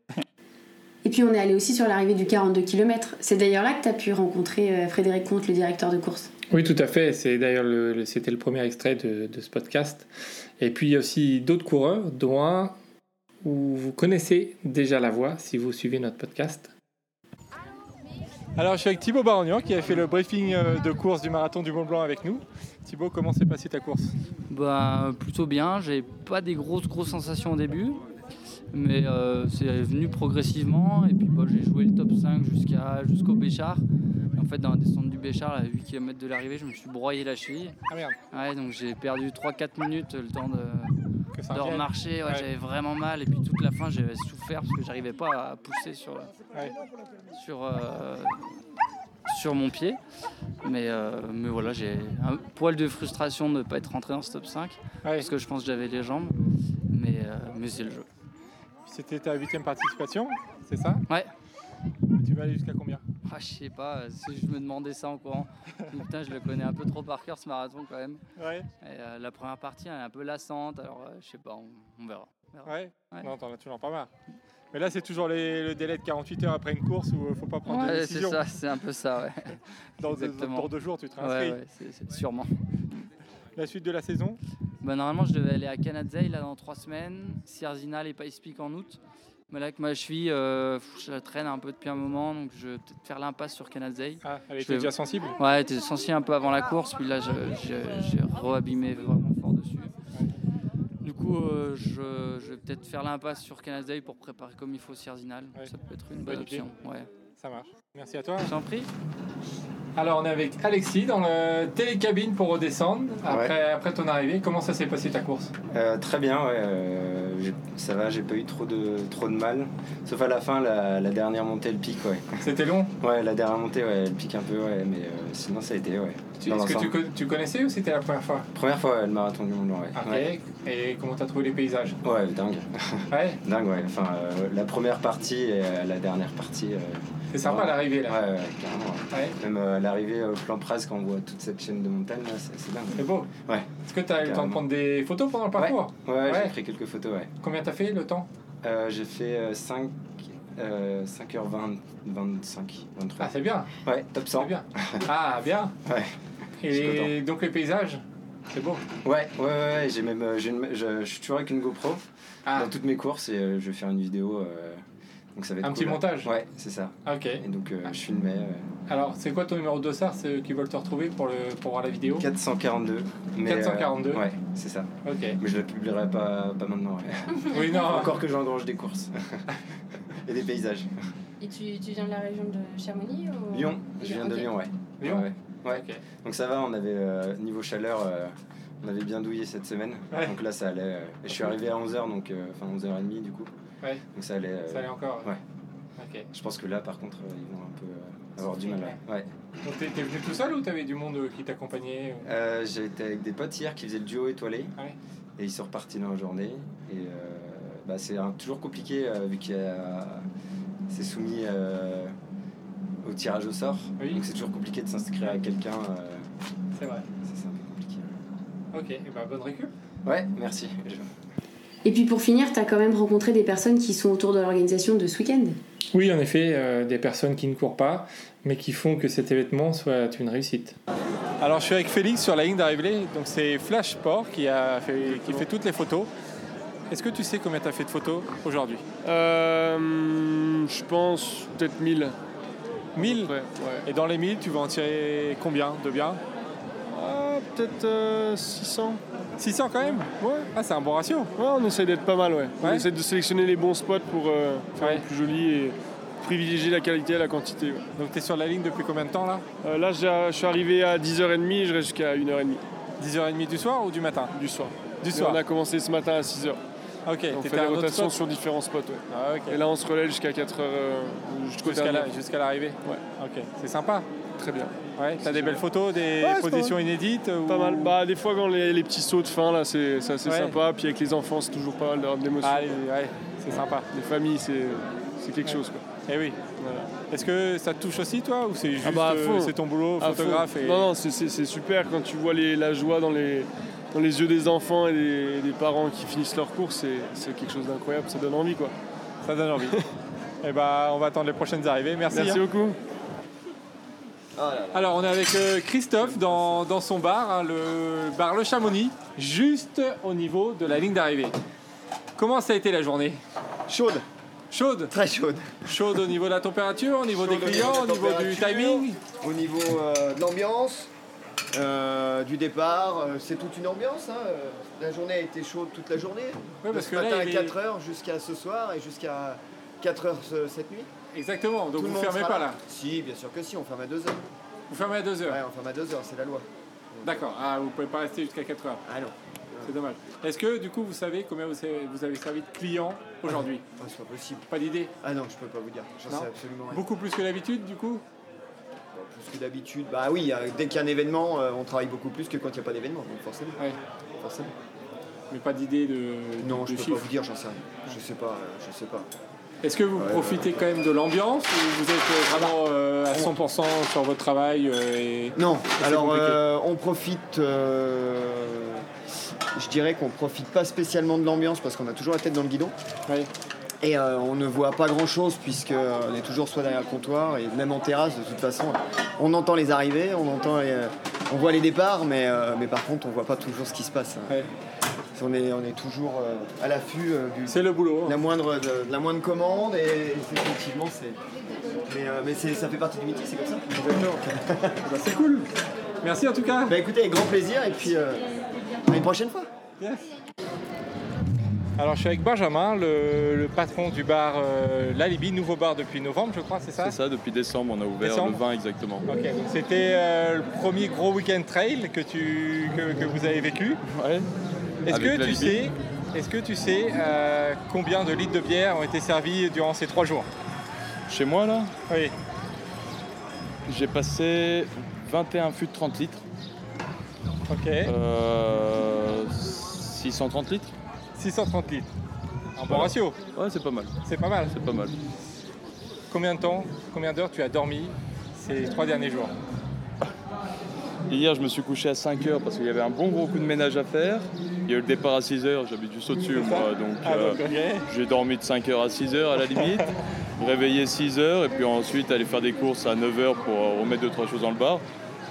Et puis on est allé aussi sur l'arrivée du 42 km. C'est d'ailleurs là que tu as pu rencontrer euh, Frédéric Comte, le directeur de course.
Oui, tout à fait. C'est d'ailleurs le, le- c'était le premier extrait de, de ce podcast. Et puis il y a aussi d'autres coureurs, dont un où vous connaissez déjà la voix si vous suivez notre podcast.
Alors, je suis avec Thibaut Barognan qui a fait le briefing euh, de course du marathon du Mont Blanc avec nous. Thibaut, comment s'est passée ta course
Bah plutôt bien, j'ai pas des grosses grosses sensations au début, mais euh, c'est venu progressivement et puis bah, j'ai joué le top 5 jusqu'à jusqu'au Béchard. Et en fait dans la descente du Béchard à 8 km de l'arrivée je me suis broyé la cheville.
Ah merde.
Ouais donc j'ai perdu 3-4 minutes le temps de,
ça
de
revienne.
remarcher, ouais,
Ouais.
j'avais vraiment mal et puis toute la fin j'avais souffert parce que j'arrivais pas à pousser sur, euh, sur, euh, sur mon pied. Mais, euh, mais voilà, j'ai un poil de frustration de ne pas être rentré dans ce top 5. Parce que je pense que j'avais les jambes. Mais, euh, mais c'est le jeu.
C'était ta huitième participation, c'est ça
Ouais.
Tu vas aller jusqu'à combien
Ah, je sais pas, euh, si je me demandais ça en courant. Putain, je le connais un peu trop par cœur ce marathon quand même.
Ouais.
Et, euh, la première partie, elle est un peu lassante. Alors, euh, je sais pas, on, on verra. On verra.
Ouais. Non, t'en as toujours pas mal. Mais là, c'est toujours les- le délai de 48 heures après une course où il faut pas prendre de
Ouais, c'est
décision.
ça, c'est un peu ça, ouais.
Dans deux-
Exactement.
dans deux jours, tu te
Ouais,
réinscris.
ouais, c'est- c'est- sûrement.
La suite de la saison
bah, Normalement, je devais aller à Canadzei là dans trois semaines, Sierzina, les Pays Peak en août. Mais là, avec ma cheville, euh, je la traîne un peu depuis un moment, donc je vais peut-être faire l'impasse sur Canazei.
Ah, elle
Je
était
vais-
déjà sensible
Ouais, elle était sensible un peu avant la course, puis là, je- je- j'ai re-abîmé vraiment fort dessus. Du coup, euh, je, je vais peut-être faire l'impasse sur Canazei pour préparer comme il faut Sierzinal. Ça peut être une bonne,
Bonne idée.
option. Ouais.
Ça marche. Merci à toi.
Je t'en prie.
Alors, on est avec Alexis dans la télécabine pour redescendre après, après ton arrivée. Comment ça s'est passé ta course
Euh, très bien, ouais. euh, j'ai- ça va, j'ai pas eu trop de, trop de mal. Sauf à la fin, la, la dernière montée, elle pique, ouais.
C'était long
Ouais, la dernière montée, ouais, elle pique un peu, ouais. Mais euh, sinon, ça a été, ouais.
Tu-
Dans
Est-ce que
l'ensemble.
tu, co- tu connaissais ou c'était la première fois
Première fois, ouais, le marathon du Mont Blanc, ouais.
Ok.
Ouais.
Et comment t'as trouvé les paysages
Ouais, dingue.
Ouais.
dingue, ouais. Enfin, euh, la première partie et euh, la dernière partie. euh,
C'est sympa,
vraiment-
l'arrivée, là.
Ouais, ouais, carrément. ouais. Même euh, l'arrivée au plan Pras, quand on voit toute cette chaîne de montagnes, là, c'est c'est dingue.
C'est beau.
Ouais.
Est-ce que t'as eu le temps de prendre des photos pendant le parcours
Ouais, ouais,
Ouais.
j'ai pris quelques photos, ouais.
Combien t'as fait le temps
Euh, j'ai fait euh, 5, euh, 5h20, 25, 23.
Ah, c'est bien.
Ouais, top 100.
bien. Ah, bien.
ouais. Je suis
Et donc les paysages, c'est beau.
Ouais, ouais, ouais, ouais, j'ai même, euh, j'ai une- je, je suis toujours avec une GoPro
Ah.
dans toutes mes courses et euh, je vais faire une vidéo. euh, donc ça va être
Un
cool,
petit
là.
montage Ah,
Ouais, c'est ça.
Ok.
Et donc euh, je filmais euh,
Alors, c'est quoi ton numéro de dossard Ceux qui veulent te retrouver pour, le, pour voir la vidéo
442. Mais, euh,
442
Ouais, c'est ça.
Ok.
Mais je la publierai pas, pas maintenant. ouais.
Oui, non.
Encore que j'engrange des courses et des paysages.
Et tu, tu viens de la région de Chamonix ou...
Lyon, je viens de
Ok.
Lyon, ouais.
Lyon
Ouais, ouais. Ouais. Donc ça va, on avait euh, niveau chaleur, euh, on avait bien douillé cette semaine.
Ouais.
Donc là, ça allait. euh, et je suis arrivé à 11h, donc euh, enfin 11h30 du coup.
Ouais.
Donc ça allait. euh,
Ça allait encore, ouais.
Ouais.
Ok.
Je pense que là, par contre, euh, ils vont un peu euh, avoir du mal. ouais. Ouais.
Donc t'es t'es venu tout seul ou t'avais du monde euh, qui t'accompagnait euh
Euh, J'ai été avec des potes hier qui faisaient le duo étoilé.
Ah
Et ils sont repartis dans la journée. Et euh, bah, c'est un- toujours compliqué euh, vu qu'il y a- c'est soumis euh, au tirage au sort. Donc c'est toujours compliqué de s'inscrire à quelqu'un. euh,
C'est vrai.
C'est un peu compliqué.
Ok, et bah bonne récup.
Ouais, merci.
Et puis pour finir, t'as quand même rencontré des personnes qui sont autour de l'organisation de ce week-end.
Oui, en effet, euh, des personnes qui ne courent pas, mais qui font que cet événement soit une réussite.
Alors je suis avec Félix sur la ligne d'arrivée, donc c'est Flash Sport qui, a fait, qui fait toutes les photos. Est-ce que tu sais combien t'as fait de photos aujourd'hui
Euh, je pense peut-être 1000.
1000 Et dans les 1000, tu vas en tirer combien de bien
Ah, peut-être euh, 600.
600 quand même Ouais. Ah, c'est un bon ratio.
Ouais, on essaie d'être pas mal, ouais. On
Ouais.
essaie de sélectionner les bons spots pour euh, faire le plus joli et privilégier la qualité à la quantité. Euh,
Donc tu es sur la ligne depuis combien de temps là
Là, j'ai- je suis arrivé à 10h30 et je reste jusqu'à 1h30.
10h30 du soir ou du matin
Du soir.
Du
Et
soir.
On a commencé ce matin à 6h.
Ok,
on
t'étais
fait
à
des
un autre
rotations
spot
sur euh, différents spots, ouais.
Ah, ok.
Et là, on se relève jusqu'à 4h.
Jusqu'à la- jusqu'à l'arrivée Ouais. Ok, c'est sympa.
Très bien.
Ouais, t'as des belles photos, des
Ouais, c'est pas
positions
mal.
inédites ou-
Pas mal. Bah, des fois, quand les, les petits sauts de fin, là, c'est c'est assez
Ouais.
sympa. Puis avec les enfants, c'est toujours pas mal d'avoir de l'émotion.
Ah, les- ouais, c'est sympa.
Les familles, c'est c'est quelque
Ouais.
chose, quoi.
Eh oui. Est-ce que ça te touche aussi toi ou c'est juste
Ah bah, à
euh,
fond.
c'est ton boulot
À
photographe
fond.
et...
Non, non, c'est- c'est c'est super quand tu vois les- la joie dans les, dans les yeux des enfants et des, des parents qui finissent leur course, c'est- c'est quelque chose d'incroyable, ça donne envie, quoi.
Ça donne envie. et bah, on va attendre les prochaines arrivées. Merci.
Merci
hein.
beaucoup.
Alors, on est avec euh, Christophe dans, dans son bar, hein, le bar Le Chamonix, juste au niveau de la ligne d'arrivée. Comment ça a été la journée
Chaude.
Chaude
Très chaude.
Chaude au niveau de la température, au niveau
Chaude
des clients, au
de la
niveau du
température,
timing
Au niveau euh, de l'ambiance, euh, du départ, euh, c'est toute une ambiance. hein, euh, La journée a été chaude toute la journée.
Ouais,
de
parce
ce
que là,
matin
il est-
à 4h jusqu'à ce soir et jusqu'à 4h ce- cette nuit.
Exactement, donc
Tout le
vous
monde
fermez
sera
pas là.
Si, bien sûr que si, on ferme à 2h.
Vous fermez à 2h
Ouais, on ferme à 2h, c'est la loi.
D'accord, ah, vous pouvez pas rester jusqu'à 4 heures.
Ah non.
C'est dommage. Est-ce que du coup vous savez combien vous savez- vous avez servi de clients aujourd'hui
Ah, C'est pas possible.
Pas d'idée
Ah non, je peux pas vous dire. J'en
Non
sais absolument rien.
Beaucoup plus que d'habitude du coup
Bah, Plus que d'habitude. Bah oui, euh, dès qu'il y a un événement, euh, on travaille beaucoup plus que quand il n'y a pas d'événement, donc forcément. Forcément.
Mais pas d'idée de.
Non,
de
je peux
chiffre.
pas vous dire, j'en sais rien. Je sais pas, euh, je sais pas.
Est-ce que vous
Ouais,
profitez quand même de l'ambiance ou vous êtes euh, vraiment euh, à 100% sur votre travail euh, et...
Non,
et c'est
alors
compliqué
euh, on profite. euh, je dirais qu'on profite pas spécialement de l'ambiance parce qu'on a toujours la tête dans le guidon. Et euh, on ne voit pas grand chose puisque euh, on est toujours soit derrière le comptoir et même en terrasse de toute façon. On entend les euh, arrivées, on entend les, on voit les départs, mais, euh, mais par contre on voit pas toujours ce qui se passe. hein. On est, on est toujours euh, à l'affût euh, du.
C'est le boulot. hein.
La moindre, de, de la moindre commande et, c'est- effectivement c'est. Mais, euh, mais c'est- ça fait partie du métier, c'est comme ça.
Bah, c'est cool. Merci en tout cas.
Bah écoutez, avec grand plaisir et puis euh, à une prochaine fois.
Alors je suis avec Benjamin, le, le patron du bar euh, La Libye, nouveau bar depuis novembre je crois, c'est ça
C'est ça, depuis décembre, on a ouvert
Décembre
le 20 exactement.
Ok, donc c'était euh, le premier gros week-end trail que, tu, que, que vous avez vécu. Est-ce
Avec
que,
la
tu
Libye.
sais, est-ce que tu sais euh, combien de litres de bière ont été servis durant ces trois jours
Chez moi là
Oui.
J'ai passé 21 fûts de 30 litres.
Ok.
Euh, 630 litres
630 litres. Un bon ratio
Ouais, c'est pas mal.
C'est pas mal.
C'est pas mal.
Combien de temps, combien d'heures tu as dormi ces trois derniers jours
Hier, je me suis couché à 5 heures parce qu'il y avait un bon gros coup de ménage à faire. Il y a eu le départ à 6 heures, j'habite juste au-dessus, moi. Donc,
Ah,
euh,
donc, ok.
j'ai dormi de 5 heures à 6 heures à la limite. réveillé 6 heures et puis ensuite aller faire des courses à 9 heures pour euh, remettre 2-3 choses dans le bar.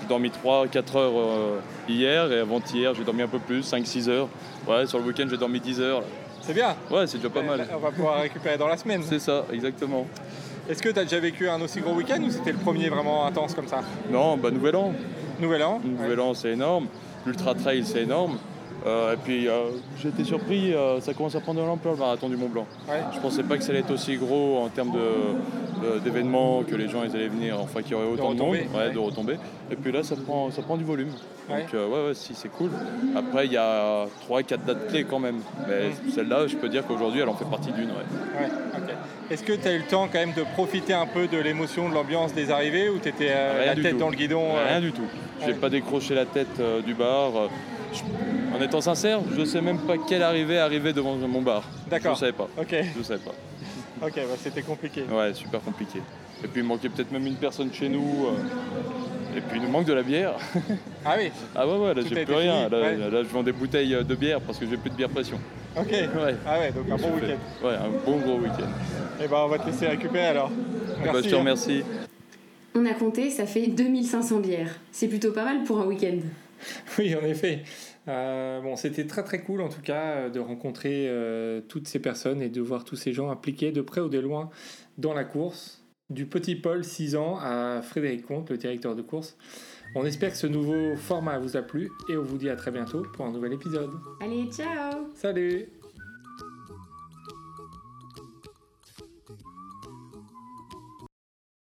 J'ai dormi 3-4 heures euh, hier et avant-hier, j'ai dormi un peu plus, 5-6 heures. Ouais, sur le week-end, j'ai dormi 10 heures.
C'est bien
Ouais, c'est déjà pas mal.
On va pouvoir récupérer dans la semaine.
C'est ça, exactement.
Est-ce que tu as déjà vécu un aussi gros week-end ou c'était le premier vraiment intense comme ça
Non, bah Nouvel An.
Nouvel An
Nouvel An, c'est énorme. L'Ultra Trail, c'est énorme. Euh, et puis, euh, j'ai été surpris, euh, ça commence à prendre de l'ampleur le marathon du Mont Blanc.
Ouais.
Je pensais pas que ça allait être aussi gros en termes de- de- d'événements, que les gens ils allaient venir, enfin qu'il y aurait autant de, monde,
retombées,
ouais, de retombées. Et puis là, ça prend, ça prend du volume. Donc,
Ouais.
euh, ouais, ouais, si, c'est cool. Après, il y a 3-4 dates clés quand même. Mais celle-là, je peux dire qu'aujourd'hui, elle en fait partie d'une. ouais.
Ouais, ok. Est-ce que tu as eu le temps quand même de profiter un peu de l'émotion, de l'ambiance des arrivées ou tu étais
Rien
Euh, la
du
tête
tout.
dans le guidon euh,
Rien du tout. J'ai
ouais.
pas décroché la tête euh, du bar. Euh, je- En étant sincère, je sais même pas quelle arrivée arrivait devant mon bar.
D'accord.
Je savais pas.
Ok.
Je savais pas.
Ok, bah, c'était compliqué.
Ouais, super compliqué. Et puis il manquait peut-être même une personne chez nous. euh, Et puis il nous manque de la bière.
Ah oui
Ah ouais, ouais, là
Tout a
j'ai
été
plus rien.
fini,
Là,
ouais.
là, je vends des bouteilles euh, de bière parce que j'ai plus de bière pression.
Ok. Ah ouais, donc un bon week-end.
Ouais, un bon gros week-end.
Eh ben on va te laisser récupérer alors.
Bah, je te
hein.
remercie.
On a compté, ça fait 2500 bières. C'est plutôt pas mal pour un week-end.
Oui, en effet. Euh, bon, c'était très très cool en tout cas euh, de rencontrer euh, toutes ces personnes et de voir tous ces gens impliqués de près ou de loin dans la course. Du petit Paul, 6 ans, à Frédéric Comte, le directeur de course. On espère que ce nouveau format vous a plu et on vous dit à très bientôt pour un nouvel épisode.
Allez, ciao
Salut